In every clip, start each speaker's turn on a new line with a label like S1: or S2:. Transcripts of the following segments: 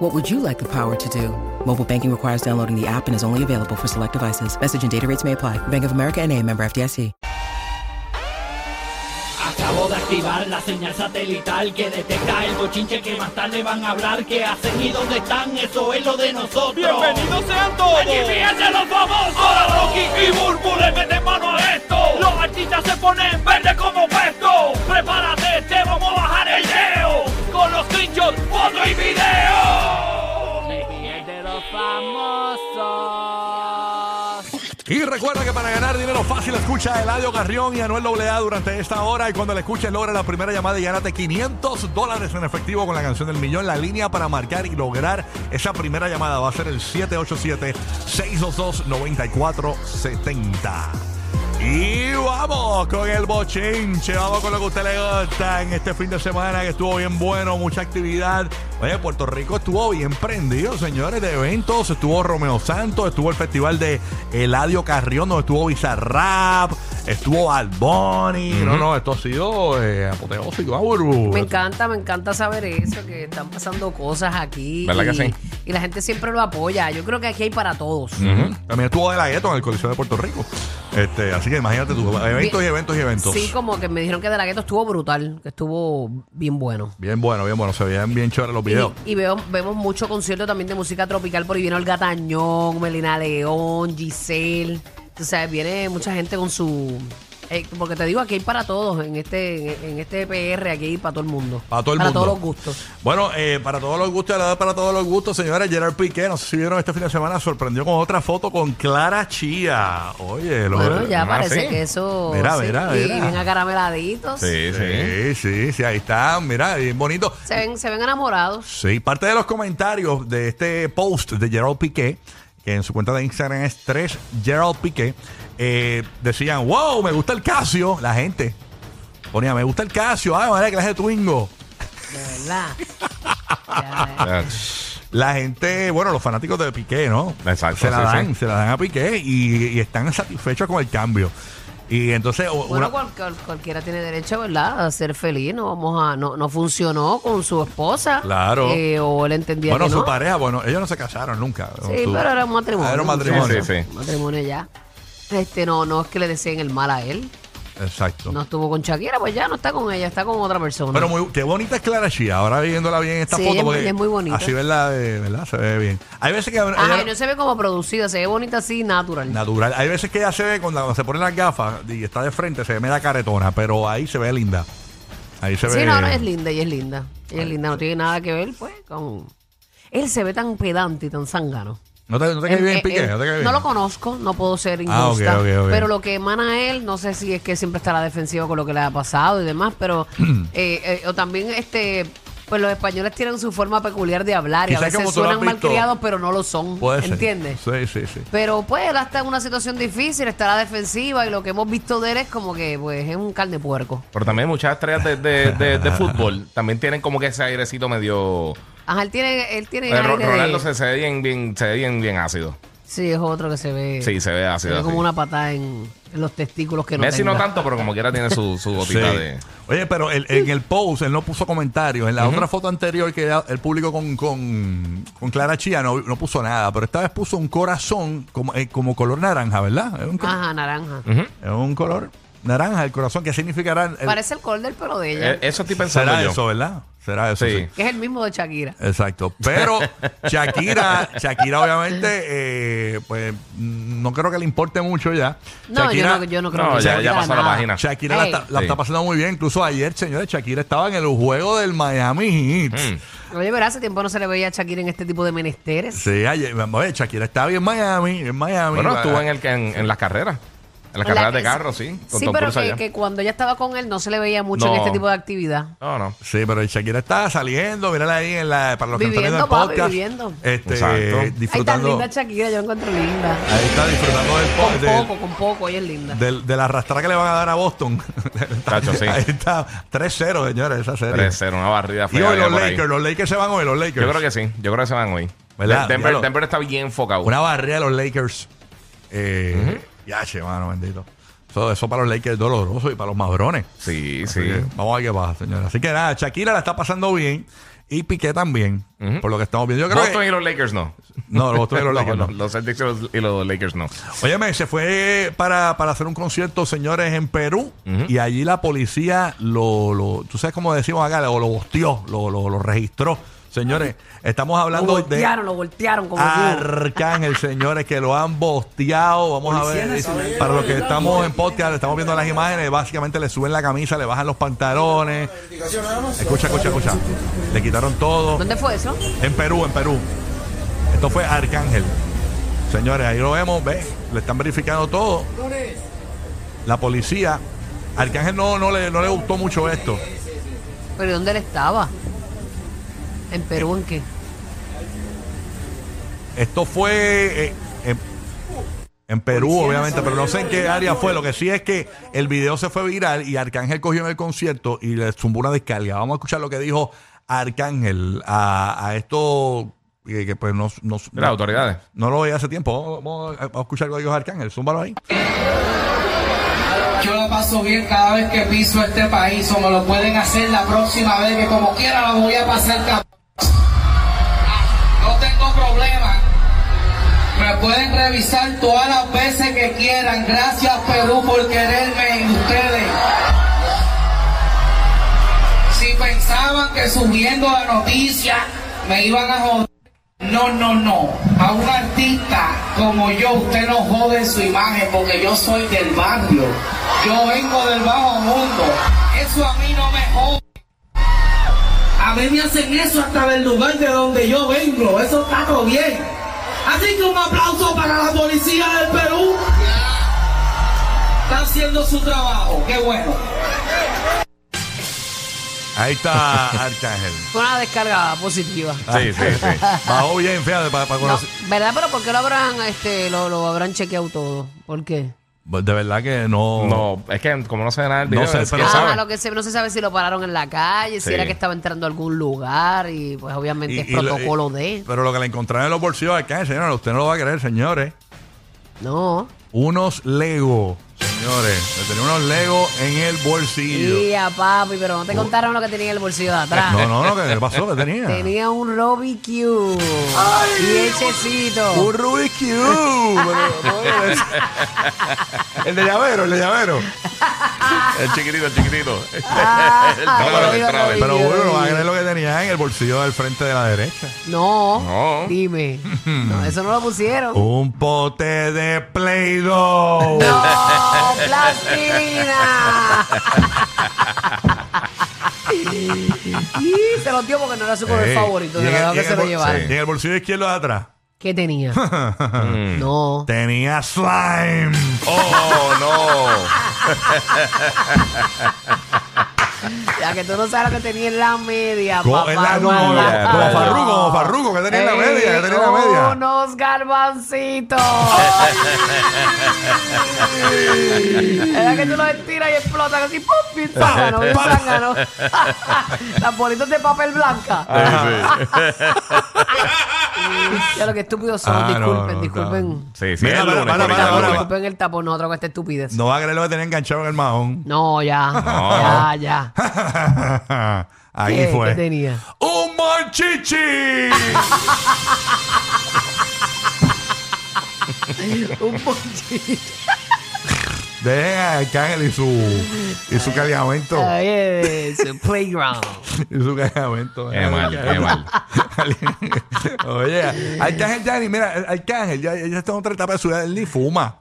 S1: What would you like the power to do? Mobile banking requires downloading the app and is only available for select devices. Message and data rates may apply. Bank of America and a member FDIC.
S2: Acabo de activar la señal satelital que detecta el bochinche que más tarde van a hablar, que hacen y dónde están, eso es lo de nosotros.
S3: ¡Bienvenidos sean todos!
S2: ¡Aquí fíjense los famosos!
S3: Ahora Rocky y Burbu le meten mano a esto.
S2: Los artistas se ponen verde como puesto. Prepárate, te vamos a bajar el leo. Con los trinchos, foto y video. de los famosos.
S4: Y recuerda que para ganar dinero fácil escucha a Eladio Garrión y Anuel Doblea durante esta hora y cuando le escuches logra la primera llamada y gánate 500 dólares en efectivo con la canción del millón. La línea para marcar y lograr esa primera llamada va a ser el 787-622-9470. Y vamos con el bochinche, vamos con lo que a usted le gusta en este fin de semana que estuvo bien bueno, mucha actividad. Oye, Puerto Rico estuvo bien prendido, señores, de eventos. Estuvo Romeo Santos, estuvo el festival de Eladio Carrión, donde estuvo Bizarrap, estuvo Al Bunny. No, no, esto ha sido eh, apoteósico, ah, Burbu.
S5: Me encanta, me encanta saber eso, que están pasando cosas aquí.
S4: ¿Verdad
S5: y,
S4: que sí? Mm,
S5: y la gente siempre lo apoya. Yo creo que aquí hay para todos.
S4: Ujú. También estuvo de la gueto en el Coliseo de Puerto Rico. Este, así que imagínate tú, eventos y eventos y eventos.
S5: Sí, como que me dijeron que de la gueto estuvo brutal, que estuvo bien bueno.
S4: Bien bueno, bien bueno. Se veían bien chéveres los
S5: Y,
S4: videos.
S5: y veo- vemos mucho concierto también de música tropical, por ahí viene Olga Tañón, Melina León, Giselle. O sea, viene mucha gente con su... eh, porque te digo, aquí hay para todos, en este, en, en este PR, aquí hay para todo el mundo.
S4: Para todo el mundo.
S5: todos los gustos.
S4: Bueno, eh, para todos los gustos, la edad para todos los gustos, señores, Gerard Piqué, no sé si vieron este fin de semana, sorprendió con otra foto con Clara Chía. Oye, lo
S5: Bueno, ya
S4: ah,
S5: parece
S4: sí.
S5: que eso...
S4: Mira,
S5: sí,
S4: mira,
S5: y
S4: mira.
S5: bien acaramелaditos.
S4: Sí, sí, sí, sí, ahí están, mira, bien bonito.
S5: Se ven, se ven enamorados.
S4: Sí, parte de los comentarios de este post de Gerald Piqué, que en su cuenta de Instagram es 3 Gerald Piqué, eh, decían, wow, me gusta el Casio, la gente. Ponía, me gusta el Casio, ay, madre, que la de Twingo.
S5: De verdad. Ya, eh.
S4: La gente, bueno, los fanáticos de Piqué, ¿no?
S6: Exacto,
S4: Se la
S6: sí,
S4: dan,
S6: sí.
S4: se la dan a Piqué y, y están satisfechos con el cambio. Y entonces, o-
S5: Bueno,
S4: una-
S5: cual- cual- cualquiera tiene derecho, ¿verdad? A ser feliz. No vamos a, no, no funcionó con su esposa.
S4: Claro.
S5: Eh, o él entendía
S4: bueno,
S5: que
S4: su
S5: no.
S4: pareja, bueno, ellos no se casaron nunca.
S5: Sí,
S4: Su-
S5: pero era un matrimonio.
S4: Era un matrimonio.
S6: Sí, sí, sí.
S5: Matrimonio ya. Este, no, no es que le deseen el mal a él.
S4: Exacto.
S5: No estuvo con Shakira, pues ya no está con ella, está con otra persona.
S4: Pero muy, qué bonita es Clara Chía. Ahora viéndola bien en esta
S5: Sí,
S4: foto.
S5: ella es muy-
S4: porque
S5: ella es muy bonita.
S4: Así, ¿verdad? Eh, ¿verdad? Se ve bien. Hay veces que. ella-
S5: Ajá, y no se ve como producida, se ve bonita así, natural.
S4: Natural. Hay veces que ella se ve cuando, cuando se pone las gafas y está de frente, se ve media caretona, pero ahí se ve linda. Ahí se ve.
S5: Sí, no, no, es linda, ella es linda. Ella es linda, no tiene nada que ver, pues, con... Él se ve tan pedante y tan zángano.
S4: ¿No te, no te cae
S5: Él-
S4: bien,
S5: él-
S4: Piqué?
S5: él-
S4: ¿No te cae bien?
S5: Em, eh, no lo conozco, no puedo ser injusta.
S4: Ah, ok, ok, ok.
S5: Pero lo que emana él, no sé si es que siempre estará defensivo con lo que le ha pasado y demás, pero eh, eh, o también este pues los españoles tienen su forma peculiar de hablar y a
S4: Quizás
S5: veces
S4: como tú lo has
S5: suenan
S4: visto.
S5: malcriados, pero no lo son.
S4: Puede ser.
S5: ¿Entiendes?
S4: Sí, sí, sí.
S5: Pero pues él está en una situación difícil, estará defensiva y lo que hemos visto de él es como que pues es un carne puerco.
S6: Pero también muchas estrellas de, de- de- de fútbol también tienen como que ese airecito medio.
S5: Ajá, él tiene él tiene
S6: Eh, Ro-
S5: aire de-
S6: Ronaldo se, se ve bien, bien, se ve bien, bien ácido.
S5: Sí, es otro que se ve
S6: Sí, se ve
S5: se
S6: ácido.
S5: ve como
S6: así.
S5: una patada en, en los testículos que no
S6: Messi no
S5: tenga.
S6: tanto, pero como quiera tiene su, su
S4: Sí.
S6: gotita de.
S4: Oye, pero el- en el post él no puso comentarios. En la otra foto anterior que era el público con, con, con Clara Chía no, no puso nada, pero esta vez puso un corazón como, eh, como color naranja, ¿verdad? Es un, co-
S5: Ajá, naranja.
S4: es un color naranja el corazón. ¿Qué significará? El,
S5: Parece el color del pelo de ella,
S6: Eh, Eso estoy pensando
S4: será
S6: yo.
S4: eso, ¿verdad? Será eso.
S6: Sí.
S4: Sí.
S5: que es el mismo de Shakira.
S4: Exacto. Pero Shakira, Shakira obviamente, eh, pues no creo que le importe mucho ya.
S5: No,
S4: Shakira,
S5: yo no, yo no creo
S6: No,
S5: que
S6: ya,
S5: Shakira
S6: ya pasó la
S5: nada.
S6: página.
S4: Shakira la,
S5: Ey.
S4: está, la
S6: Sí.
S4: está pasando muy bien. Incluso ayer, señores, Shakira estaba en el juego del Miami Heat.
S6: Mm.
S5: Oye, verás, hace tiempo no se le veía a Shakira en este tipo de menesteres.
S4: Sí, ayer, oye, Shakira estaba bien en Miami, en Miami.
S6: Bueno,
S4: Va-
S6: estuvo en, el, que- en, en las carreras. En las
S5: Con la
S6: carreras
S5: que-
S6: de carro, sí. Con
S5: sí,
S6: Tom
S5: pero
S6: Cruise
S5: que,
S6: allá.
S5: que cuando ella estaba con él no se le veía mucho en
S6: No.
S5: este tipo de actividad.
S6: No, no.
S4: Sí, pero Shakira está saliendo, mírala ahí en la, para los que están
S5: Viviendo,
S4: viendo el
S5: papi,
S4: podcast.
S5: viviendo.
S4: Este,
S6: Exacto.
S5: Ay, tan
S4: disfrutando.
S5: linda Shakira, yo la encuentro linda.
S4: ahí está disfrutando del po-
S5: Con
S4: del-
S5: poco, con poco, ella es linda.
S4: del, de la arrastrada que le van a dar a Boston.
S6: Chacho, sí.
S4: Ahí está 3-0, señores, esa serie.
S6: 3-0, una barrida
S4: Y
S6: fea.
S4: hoy
S6: había
S4: los
S6: por ahí.
S4: Lakers, los Lakers se van hoy, los Lakers.
S6: Yo creo que sí. Yo creo que se van hoy.
S4: ¿Verdad? Ya
S6: Denver,
S4: lo-
S6: Denver está bien enfocado.
S4: Una barrera de los Lakers. Eh, Ya, che, mano, bendito. Eso, eso para los Lakers es doloroso y para los madrones.
S6: Sí,
S4: Así
S6: sí.
S4: que vamos a ver qué pasa, señora. Así que nada, Shakira la está pasando bien y Piqué también, por lo que estamos viendo. Yo creo
S6: Boston
S4: que-
S6: y los Lakers no.
S4: No, los Boston y los
S6: No,
S4: Lakers no.
S6: no, Los Celtics y los- y los Lakers no.
S4: Óyeme, se fue para, para hacer un concierto, señores, en Perú. Y allí la policía lo, lo- tú sabes cómo decimos acá, o lo bosteó, lo, lo, lo registró. Señores, estamos
S5: Lo
S4: hablando de
S5: voltearon, lo voltearon como
S6: Ah.
S5: tú.
S4: Arcángel, señores, que lo han bosteado. Vamos a ver. Para los que estamos en podcast, estamos viendo las imágenes. Básicamente le suben la camisa, le bajan los pantalones. Escucha, escucha, escucha. Le quitaron todo.
S5: ¿Dónde fue eso?
S4: En Perú, en Perú. Esto fue Arcángel. Señores, ahí lo vemos, ve, le están verificando todo. La policía. Arcángel no, no, le, no le gustó mucho esto.
S5: ¿Pero ¿y dónde él estaba? ¿En Perú en qué?
S4: Esto fue eh, en, en Perú, obviamente, pero no sé en qué área fue. Lo que sí es que el video se fue viral y Arcángel cogió en el concierto y le zumbó una descarga. Vamos a escuchar lo que dijo Arcángel a, a esto eh, que pues no, no,
S6: Las autoridades.
S4: no lo veía hace tiempo. Vamos, vamos a, vamos a escuchar lo que dijo Arcángel. Zúmbalo ahí.
S7: Yo la paso bien cada vez que piso este país, o me lo pueden hacer la próxima vez, que como quiera la voy a pasar, cabrón. No tengo problema. Me pueden revisar todas las veces que quieran. Gracias Perú por quererme y ustedes. Si pensaban que subiendo la noticia me iban a joder. No, no, no. A un artista como yo, usted no jode su imagen porque yo soy del barrio. Yo vengo del bajo mundo. Eso a mí no me jode. A mí me hacen eso hasta del lugar de donde yo vengo. Eso está todo bien. Así que un aplauso para la policía del Perú. Está haciendo su trabajo. Qué bueno.
S4: Ahí está Arcángel.
S5: Fue una descarga positiva.
S6: Sí, sí, sí.
S4: Bajó bien, fíjate, para, para
S5: No,
S4: conocer.
S5: ¿Verdad? Pero ¿por qué lo habrán, este, lo, lo habrán chequeado todo? ¿Por qué?
S4: Pues De verdad que no.
S6: No, es que como no se ve nada del video,
S4: No sé,
S6: es que
S4: pero-
S5: Ah,
S6: sabe.
S5: lo que se, no se sabe si lo pararon en la calle, si
S6: Sí.
S5: era que estaba entrando a algún lugar y pues obviamente es
S4: lo-
S5: protocolo
S4: y-
S5: de...
S4: Pero lo que le encontraron en los bolsillos de Arcángel, señores, usted no lo va a creer, señores.
S5: No.
S4: unos Lego, señores. Le tenía unos Lego en el bolsillo.
S5: Ya, papi, pero no te contaron lo que tenía en el bolsillo de atrás.
S4: Uh. No, no, no, ¿qué le pasó? ¿Qué tenía?
S5: Tenía un Robbie Q. Y hechecito.
S4: Un Rubik's Cube. pero no es- el de llavero, el de llavero.
S6: El chiquitito, el chiquitito. el
S5: pero
S6: travel, el
S5: digo,
S6: travel.
S5: no,
S4: Pero
S5: Dios
S4: bueno, no va a
S5: mío.
S4: creer lo que tenía en el bolsillo del frente de la derecha.
S5: No,
S6: No.
S5: Dime. No, eso no lo pusieron.
S4: Un pote de Play-Doh.
S5: ¡No! ¡Plastilina! y se lo dio porque no era su color
S4: Ey,
S5: favorito.
S4: y
S5: De
S4: en
S5: verdad
S4: el-
S5: que
S4: y en
S5: se
S4: el
S5: lo
S4: bol-
S5: llevaron.
S4: sí, y en el bolsillo izquierdo de atrás
S5: ¿Qué tenía? no.
S4: tenía slime.
S6: Oh, no.
S5: Ya que tú no sabes lo que tenía en la media,
S4: Co-
S5: papá.
S4: en la- no,
S5: mala
S6: no, no.
S5: palabra.
S6: Como
S4: Farruko, como Farruko, que tenía en la
S5: Ey,
S4: media, que tenía en la media.
S5: Unos garbancitos. Era que tú los estiras y explotan así, pum, y zángano, y zángano. Las bolitas de papel blanca. Ya lo que estúpidos son,
S4: Ah, no,
S5: disculpen,
S4: no, no.
S5: disculpen.
S6: Sí, sí,
S4: Mira,
S6: es el
S4: para,
S6: lunes,
S4: para, para,
S6: Corillo, el
S4: para,
S6: lunes.
S4: para.
S5: Disculpen el tapón, no otra que esta estupidez. No,
S4: No va a creer lo que tenía enganchado en el mahón.
S5: ya. Ya, ya.
S4: Ahí
S5: ¿Qué-
S4: fue.
S5: qué tenía?
S4: ¡Un monchichi!
S5: Un poquito.
S4: Dejen a Arcángel y su, y su
S5: Oh.
S4: cargamento.
S5: Ahí es, el playground.
S4: Y su cargamento.
S6: Qué mal, qué mal.
S4: Oye, Arcángel ya ni, mira, Arcángel ya, ya está en otra etapa de su vida, él ni fuma.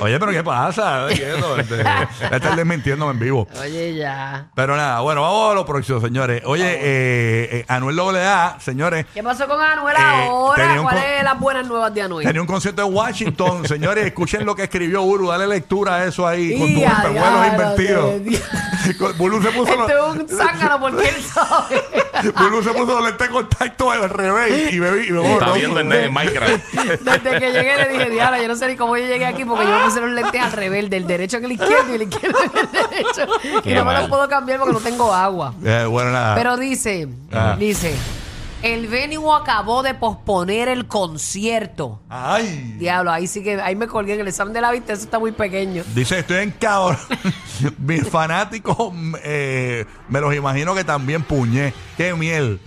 S4: Oye, pero ¿qué pasa? Oye, eso, este, ya estás desmintiéndome en vivo.
S5: Oye, ya.
S4: Pero nada, bueno, vamos a lo próximo, señores. Oye, eh, eh, Anuel AA, señores,
S5: ¿Qué pasó con Anuel
S4: Eh, tenía
S5: ahora?
S4: un
S5: ¿Cuáles
S4: co-
S5: son las buenas nuevas de Anuel?
S4: tenía un concierto en Washington. señores, escuchen lo que escribió Uru, dale lectura a eso ahí, con tus
S5: Y a
S4: espejuelos
S5: diablo,
S4: invertidos. Con- Bulu se puso...
S5: Este
S4: lo-
S5: es un zángano porque él sabe.
S4: Bulu se puso lente de contacto al revés y bebí y bebó
S6: Está
S4: ron.
S6: viendo en en Minecraft.
S5: Desde que llegué le dije, diablo, yo no sé ni cómo yo llegué aquí porque yo me puse los lentes al revés, del derecho que el izquierdo y el izquierdo que el derecho.
S6: Qué
S5: y no me
S6: mal.
S5: los puedo cambiar porque no tengo agua.
S4: Eh, bueno, nada.
S5: Pero dice,
S4: Ah.
S5: dice, el venue acabó de posponer el concierto.
S4: Ay.
S5: Diablo, ahí sí que, ahí me colgué en el examen de la vista, eso está muy pequeño.
S4: Dice, estoy en cabrón. Mis fanáticos eh, me los imagino que también puñé. Qué miel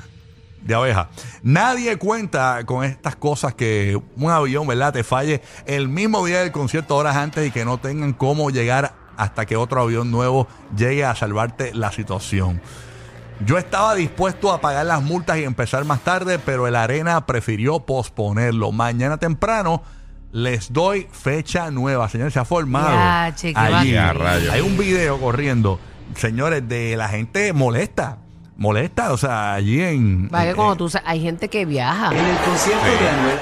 S4: de abeja. Nadie cuenta con estas cosas que un avión, ¿verdad? Te falle el mismo día del concierto horas antes y que no tengan cómo llegar hasta que otro avión nuevo llegue a salvarte la situación. Yo estaba dispuesto a pagar las multas y empezar más tarde, pero el Arena prefirió posponerlo. Mañana temprano les doy fecha nueva. Señores, se ha formado.
S5: Ya, che, qué
S4: allí.
S5: barbaridad.
S6: A rayos.
S4: Hay un video corriendo, señores, de la gente molesta. Molesta, o sea, allí en. eh,
S5: Vaya que
S4: en-
S5: cuando tú sa- hay gente que viaja.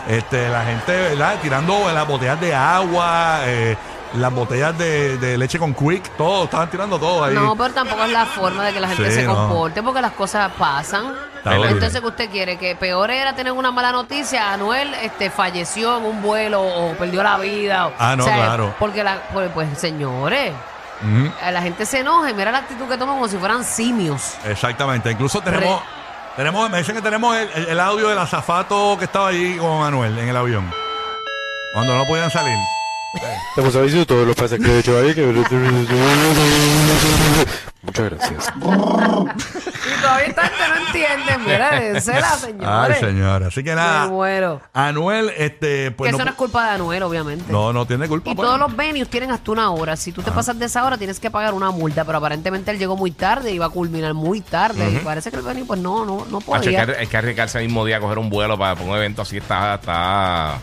S4: este, la gente, ¿verdad? Tirando las botellas de agua, eh, las botellas de, de leche con quick, todo, estaban tirando todo ahí.
S5: No, pero tampoco es la forma de que la gente
S4: Sí,
S5: se
S4: no.
S5: comporte porque las cosas pasan.
S4: Está bien.
S5: Entonces, ¿qué usted quiere? Que peor era tener una mala noticia. Anuel este, falleció en un vuelo o perdió la vida. o-
S4: Ah, no,
S5: o sea,
S4: claro.
S5: Porque, la, pues, pues, señores,
S4: Ujú.
S5: a la gente se enoja. y Mira la actitud que toman como si fueran simios.
S4: Exactamente. Incluso tenemos, tenemos me dicen que tenemos el, el- el audio del azafato que estaba allí con Manuel en el avión. Cuando no podían salir.
S8: Hemos avisado todos los pasajeros de Chavales que... Muchas gracias.
S5: Y todavía esta gente no entiende. Mira, dénsela,
S4: Ay,
S5: señores.
S4: señora. Así que nada.
S5: Me muero.
S4: Anuel, este,
S5: que
S4: pues
S5: eso no
S4: no,
S5: es culpa de Anuel, obviamente.
S4: no, no tiene culpa.
S5: Y
S4: pues.
S5: todos los venues tienen hasta una hora. Si tú te pasas de esa hora, tienes que pagar una multa. Pero aparentemente él llegó muy tarde y va a culminar muy tarde. Y parece que el venue, pues no, no, no
S6: Macho, hay,
S5: podía.
S6: que, hay que arriesgarse el mismo día a coger un vuelo para, para un evento así. Está. está...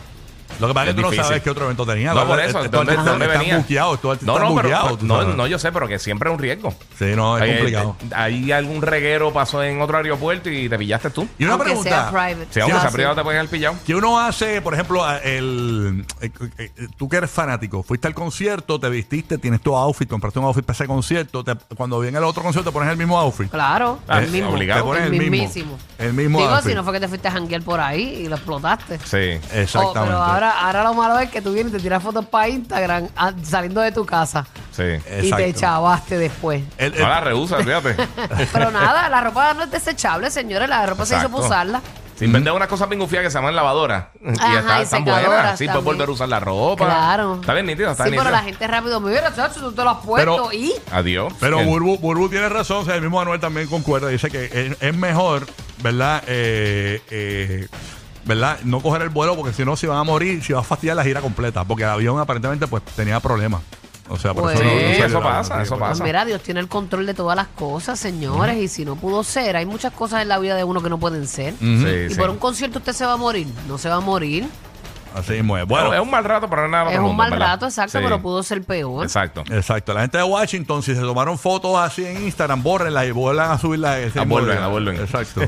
S4: Lo que pasa es
S6: Es
S4: que tú no
S6: difícil.
S4: sabes qué otro evento tenía. Este,
S6: No,
S4: ¿verdad?
S6: por eso.
S4: Estos
S6: ¿Dónde,
S4: artistas
S6: dónde
S4: eh, están
S6: venía?
S4: buqueados, estos artistas
S6: no, no,
S4: están
S6: pero,
S4: buqueados, tú
S6: no,
S4: sabes.
S6: no, yo sé, pero que siempre es un riesgo.
S4: Sí, no, es
S6: Hay-
S4: complicado.
S6: Hay algún reguero pasó en otro aeropuerto y te pillaste tú.
S4: Y una
S5: Aunque sea
S4: pregunta.
S5: private.
S6: Si aunque
S5: Ah,
S6: sea
S5: sí.
S6: privado te pueden haber pillado.
S4: Que uno hace, por ejemplo, a- el, eh, eh, eh, tú que eres fanático, fuiste al concierto, te vististe, tienes tu outfit, compraste un outfit para ese concierto, te- cuando viene el otro concierto te pones el mismo outfit.
S5: Claro,
S6: Ah,
S5: el mismo.
S6: obligado.
S4: Eh, Te pones
S5: el
S4: el mismo.
S5: mismísimo.
S4: El mismo
S5: Digo,
S4: outfit.
S5: si no fue que te fuiste a janguear por ahí y lo explotaste.
S6: Sí.
S5: Oh,
S4: Exactamente.
S5: pero ahora, ahora lo malo es que tú vienes y te tiras fotos para Instagram ah, saliendo de tu casa
S6: Sí.
S5: y te
S4: Exacto.
S5: chavaste después.
S4: El- el-
S6: No la rehúsa, fíjate.
S5: Pero nada, la ropa no es desechable, señores. La ropa se hizo
S6: Exacto.
S5: para usarla.
S6: Si venden unas cosas bien gufiadas que se llaman lavadora. y
S5: Ajá,
S6: están
S5: y
S6: están
S5: secadoras
S6: buenas. Sí, puedes
S5: también.
S6: volver a usar la ropa.
S5: Claro.
S6: Está bien nítido, está
S5: sí,
S6: nítido.
S5: pero la gente rápido me hubiera, chacho, tú te lo has puesto
S4: Pero-
S5: y... Pues
S6: Adiós.
S4: pero
S6: El-
S4: Burbu, Burbu tiene razón, o sea, el mismo Manuel también concuerda, dice que es, es mejor, ¿verdad? Eh, eh, ¿Verdad? No coger el vuelo porque si no se van a morir, se va a fastidiar la gira completa, porque el avión aparentemente pues tenía problemas. O sea, por eso
S5: Pues-
S4: no- no
S5: Sí,
S4: salió
S6: eso
S4: la-
S6: pasa,
S4: sí,
S6: eso
S4: pues.
S6: pasa.
S5: Pues mira, Dios tiene el control de todas las cosas, señores, y si no pudo ser, hay muchas cosas en la vida de uno que no pueden ser.
S6: Sí,
S5: Y
S6: sí.
S5: por un concierto usted se va a morir, no se va a morir.
S4: Así mismo es. Bueno,
S6: es un mal rato, pero no es nada
S5: es
S6: profundo,
S5: un mal
S6: ¿verdad?
S5: rato, exacto,
S6: Sí.
S5: pero pudo ser peor.
S6: Exacto.
S4: Exacto, la gente de Washington, si se tomaron fotos así en Instagram, bórrenlas y vuelvan a subirlas. ese
S6: La
S4: mismo
S6: Ah, vuelven,
S4: día.
S6: la vuelven.
S4: Exacto.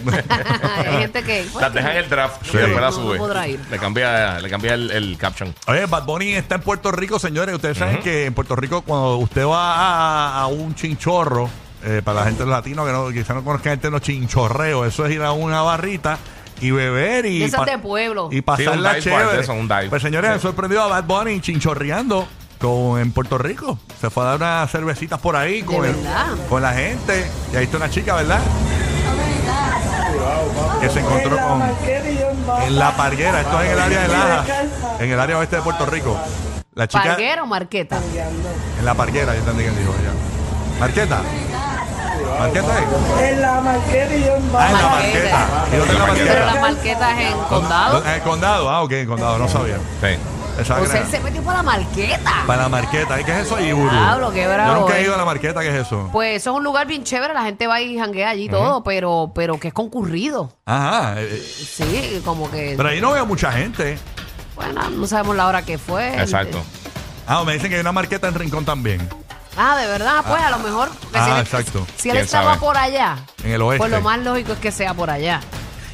S5: hay gente que...
S6: Las deja en el draft
S4: Sí.
S6: y después la
S5: No, no
S6: sube.
S5: podrá ir.
S6: Le cambia, le cambia el, el caption.
S4: Oye, Bad Bunny está en Puerto Rico, señores. Ustedes saben que en Puerto Rico, cuando usted va a, a un chinchorro, eh, para la gente latina que no, quizás no conozca gente, no chinchorreo, eso es ir a una barrita y beber y.
S5: De esas
S4: pa-
S5: de pueblo.
S4: Y pasarla
S6: Sí, un dive bar,
S4: chévere.
S6: de eso, un dive.
S4: Pues señores,
S6: Sí.
S4: han sorprendido a Bad Bunny chinchorreando con, en Puerto Rico. Se fue a dar unas cervecitas por ahí con, el-
S5: verdad?
S4: con la gente. Y ahí está una chica, ¿verdad? Que se encontró con. En la parguera, esto es en el área de Laja, en el área oeste de Puerto Rico. La chica
S5: Parguero o marqueta.
S4: en la parguera, yo entendí que dijo ella. Marqueta. Marqueta es.
S9: En la marqueta y yo en
S4: Ah, en la
S5: Marqueta.
S4: marqueta. Eh, Ah, ¿Y dónde es la
S5: Pero las
S4: marqueta?
S5: marquetas en condado.
S4: En el condado, ah, ok, en el condado, no sabía.
S6: Sí.
S4: Esa
S5: O sea, él
S4: gran-
S5: se metió para la marqueta.
S4: Para la marqueta. ¿Y ¿Qué es eso ahí, Buru?
S5: Diablo, qué bravo,
S4: Yo nunca he
S5: eh.
S4: ido a la marqueta, ¿qué es eso?
S5: Pues eso es un lugar bien chévere, la gente va y janguea allí y todo, pero, pero que es concurrido.
S4: Ajá. eh, eh,
S5: Sí, como que,
S4: Pero ahí no veo mucha gente.
S5: bueno, no sabemos la hora que fue.
S6: Exacto.
S4: Ah, me dicen que hay una marqueta en Rincón también.
S5: Ah, de verdad, pues a lo mejor. porque
S4: Ah,
S5: si él,
S4: exacto.
S5: Si él
S6: ¿Quién
S5: estaba
S6: sabe?
S5: por allá,
S4: En el oeste.
S5: pues lo más lógico es que sea por allá.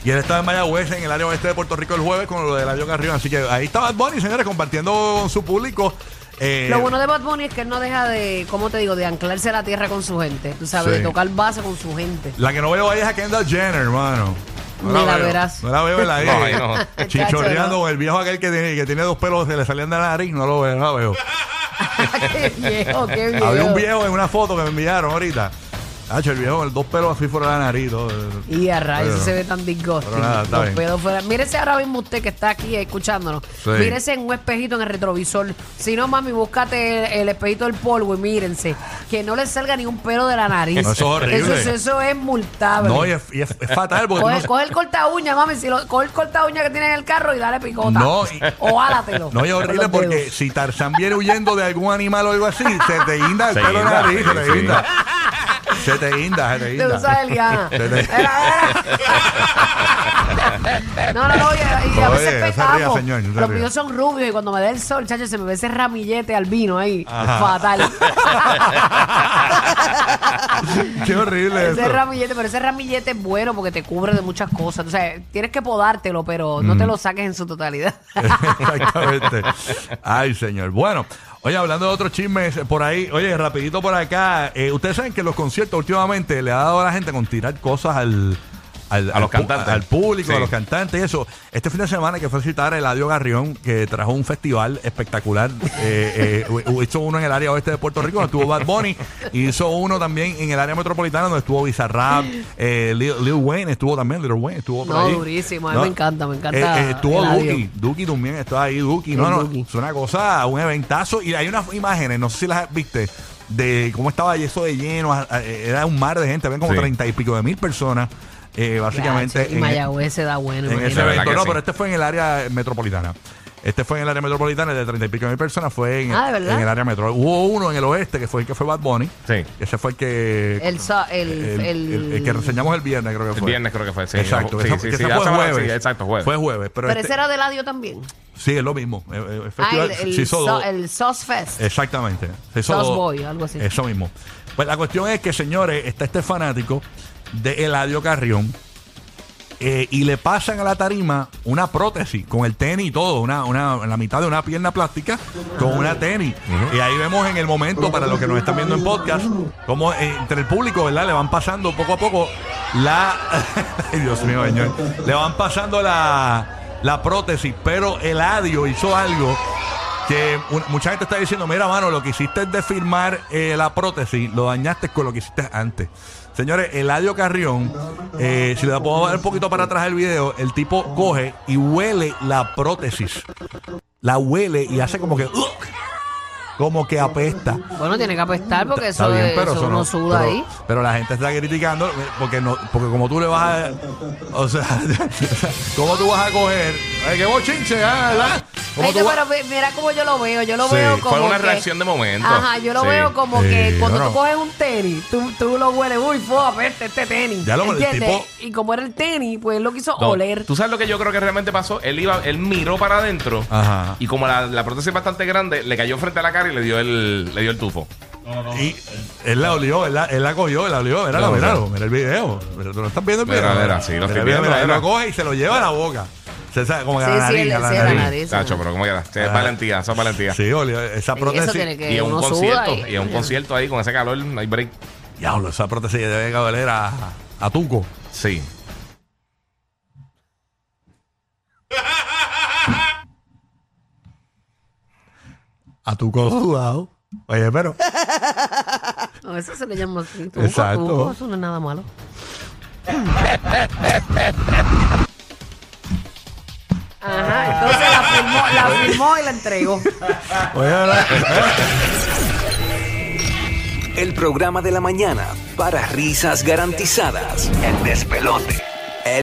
S4: Y él estaba en Mayagüez, en el área oeste de Puerto Rico el jueves con lo de Eladio Carrión. Así que ahí está Bad Bunny, señores, compartiendo con su público. eh,
S5: Lo bueno de Bad Bunny es que él no deja de, ¿cómo te digo?, de anclarse a la tierra con su gente. Tú sabes,
S4: Sí.
S5: de tocar base con su gente.
S4: La que no veo ahí es a Kendall Jenner, hermano. No
S5: Ni la
S4: veo.
S5: verás.
S4: No la veo en la
S6: No, ahí no.
S4: Chichorreando
S5: Chacho,
S4: con el viejo aquel que tiene, que tiene dos pelos que le salían de la nariz. No lo veo, no la veo.
S5: Ah, qué viejo, qué viejo.
S4: Había un viejo en una foto que me enviaron ahorita. Hacho, el viejo con el dos pelos así fuera de la nariz. todo.
S5: Y a rayos,
S4: Pero
S5: eso se
S4: no.
S5: ve tan disgusting.
S4: Pero nada, está
S5: Los
S4: bien.
S5: pedos fuera. Mírese ahora mismo usted que está aquí escuchándonos.
S4: Sí.
S5: Mírese en un espejito en el retrovisor. Si no, mami, búscate el, el espejito del polvo y mírense. Que no le salga ni un pelo de la nariz.
S4: No, eso es horrible.
S5: Eso, eso- eso es multable.
S4: No, y es, y es- es fatal porque tú
S5: Coge,
S4: no-
S5: coge el corta uña, mami. Si lo, coge el corta uña que tiene en el carro y dale picota.
S4: No, y-
S5: o álatelo.
S4: No, es
S5: Con
S4: horrible
S5: los
S4: porque
S5: dedos.
S4: si Tarzán viene huyendo de algún animal o algo así, se te inda el
S6: Se
S4: pelo de
S6: inda,
S4: nariz, se
S6: sí,
S4: te
S6: sí.
S4: inda. Se te inda, se te
S5: Te
S4: inda.
S5: usas el gana.
S4: Se te-
S5: No, no, no, oye, y
S4: Oye,
S5: a veces
S4: no se ría,
S5: pecamos.
S4: señor, no se
S5: Los
S4: ría.
S5: míos son rubios y cuando me da el sol, chacho, se me ve ese ramillete albino ahí.
S4: Ajá.
S5: Fatal.
S4: Qué horrible
S5: ese
S4: eso.
S5: ramillete, pero ese ramillete es bueno porque te cubre de muchas cosas. O sea, tienes que podártelo, pero no
S4: Mm.
S5: te lo saques en su totalidad.
S4: Exactamente. Ay, señor. Bueno, oye, hablando de otros chismes eh, por ahí, oye, rapidito por acá. eh, Ustedes saben que los conciertos últimamente le ha dado a la gente con tirar cosas al. Al,
S6: A
S4: al
S6: los
S4: pu-
S6: cantantes.
S4: al público,
S6: Sí.
S4: a los cantantes y eso. Este fin de semana que fue a citar Eladio Garrión, que trajo un festival espectacular. eh, eh, hu- hizo uno en el área oeste de Puerto Rico, donde estuvo Bad Bunny. y Hizo uno también en el área metropolitana, donde estuvo Bizarrap. eh, Lil, Lil Wayne estuvo también, Lil Wayne estuvo por
S5: No,
S4: ahí.
S5: durísimo, a mí me encanta, me encanta
S4: Eh, eh, estuvo
S5: Eladio.
S4: Duki, Duki también está ahí, Duki. No,
S5: El
S4: no,
S5: Duki.
S4: es una cosa, un eventazo. Y hay unas imágenes, no sé si las viste, de cómo estaba eso de lleno. a- a- Era un mar de gente, habían como
S6: Sí.
S4: treinta y pico de mil personas, eh, básicamente.
S5: y
S4: en-
S5: Mayagüez se da bueno.
S4: en ese
S6: La
S5: imagínate.
S6: verdad
S4: evento.
S6: que
S4: No,
S6: sí.
S4: pero este fue en el área metropolitana. Este fue en el área metropolitana, el de treinta y pico de mil personas fue en,
S5: Ah, ¿de verdad?
S4: en el área metro. Hubo uno en el oeste que fue el que fue Bad Bunny.
S6: Sí.
S4: Ese fue el que.
S5: El so- el- el-
S4: el- el que reseñamos el viernes, creo que fue.
S6: viernes creo que fue, sí.
S4: Exacto.
S6: Sí,
S4: esa-
S6: sí,
S4: que
S6: sí,
S4: esa
S6: la
S4: fue
S6: semana-
S4: jueves.
S6: sí, exacto, jueves.
S4: Fue jueves. Pero,
S5: Pero
S4: este-
S5: ese era de Eladio también.
S4: Sí, es lo mismo. eh, eh,
S5: Ah,
S4: festival,
S5: el, el
S4: se hizo
S5: so-
S4: dos.
S5: el Sauce Fest.
S4: Exactamente. Se hizo
S5: Sauce
S4: dos.
S5: Boy, algo así.
S4: Eso mismo. Pues la cuestión es que, señores, está este fanático de Eladio Carrión eh, y le pasan a la tarima una prótesis con el tenis y todo, una, una, en la mitad de una pierna plástica con una tenis. Y ahí vemos en el momento, para los que nos están viendo en podcast, como entre el público, ¿verdad? Le van pasando poco a poco la. Ay, Dios mío, señor. Le van pasando la, la prótesis, pero Eladio hizo algo. Que un- mucha gente está diciendo, mira, mano, lo que hiciste es de firmar eh, la prótesis, lo dañaste con lo que hiciste antes. Señores, Eladio Carrión, eh, si le puedo dar un poquito para atrás el video, el tipo coge y huele la prótesis. La huele y hace como que... "Ugh", como que apesta.
S5: Bueno, tiene que apestar porque
S4: Está
S5: eso,
S4: bien,
S5: es- eso uno
S4: no-
S5: suda
S4: pero-
S5: ahí.
S4: pero la gente está criticando eh, porque no, porque como tú le vas a. O sea, ¿cómo tú vas a coger? Ay, qué bochinche, ah, ¿verdad? ¿Cómo
S5: Ay,
S4: tú
S5: no,
S4: vas-
S5: pero ve- mira cómo yo lo veo. Yo lo
S4: Sí,
S5: veo
S4: fue
S5: como.
S6: Fue una
S5: que-
S6: reacción de momento.
S5: Ajá, yo lo
S6: Sí.
S5: veo como
S4: Sí,
S5: que cuando
S4: no, no.
S5: tú coges un tenis, tú, tú lo hueles, uy, fue a verte este tenis.
S4: Ya lo- el
S5: ¿Entiendes?
S4: tipo-
S5: Y como era el tenis, pues él lo quiso
S6: No,
S5: oler.
S6: Tú sabes lo que yo creo que realmente pasó. Él iba, él miró para adentro
S4: Ajá.
S6: y como la, la prótesis es bastante grande, le cayó frente a la cara y le dio el, le dio el tufo.
S4: Y él la olió, él la, él la cogió, él la olió, mira,
S6: No,
S4: mira,
S6: no.
S4: mira el video. Mira, ¿Tú lo estás viendo el
S6: Mira,
S4: video?
S6: mira, sí, lo estoy
S4: mira,
S6: viendo,
S4: mira, él
S6: mira.
S4: lo coge y se lo lleva a la boca. Se sabe, como que a
S5: Sí,
S4: la
S5: sí,
S4: nariz,
S5: él
S4: a la
S5: decía la
S4: nariz.
S5: nariz. Eso.
S6: Tacho, pero ¿cómo queda? Sí, Es
S4: Ah.
S6: valentía, esa es valentía.
S4: Sí, olió, esa
S5: Y eso
S4: prótesis.
S5: tiene que
S6: Y es un
S5: uno
S6: concierto,
S5: suda.
S6: y es un concierto ahí con ese calor, no hay break.
S4: Diablo, esa prótesis debe de valer a, a Tuco.
S6: Sí.
S4: A Tuco sudado. Oye, pero.
S5: No, eso se le llama así. Tuco,
S4: Exacto.
S5: tuco, eso no es nada malo. Ajá, entonces la filmó, la filmó y la entregó.
S4: Oye, ¿verdad?
S10: El programa de la mañana para risas garantizadas. El despelote.